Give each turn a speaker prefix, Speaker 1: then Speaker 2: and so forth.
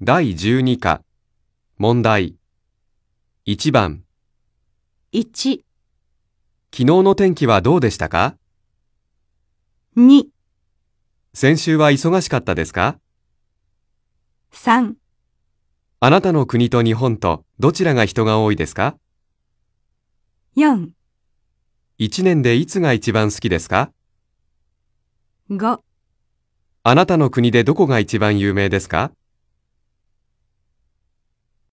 Speaker 1: 第12課、問題。1番、
Speaker 2: 1、
Speaker 1: 昨日の天気はどうでしたか
Speaker 2: 2、
Speaker 1: 先週は忙しかったですか
Speaker 2: 3、
Speaker 1: あなたの国と日本とどちらが人が多いですか
Speaker 2: 4、
Speaker 1: ?1 年でいつが一番好きですか
Speaker 2: 5。
Speaker 1: あなたの国でどこが一番有名ですか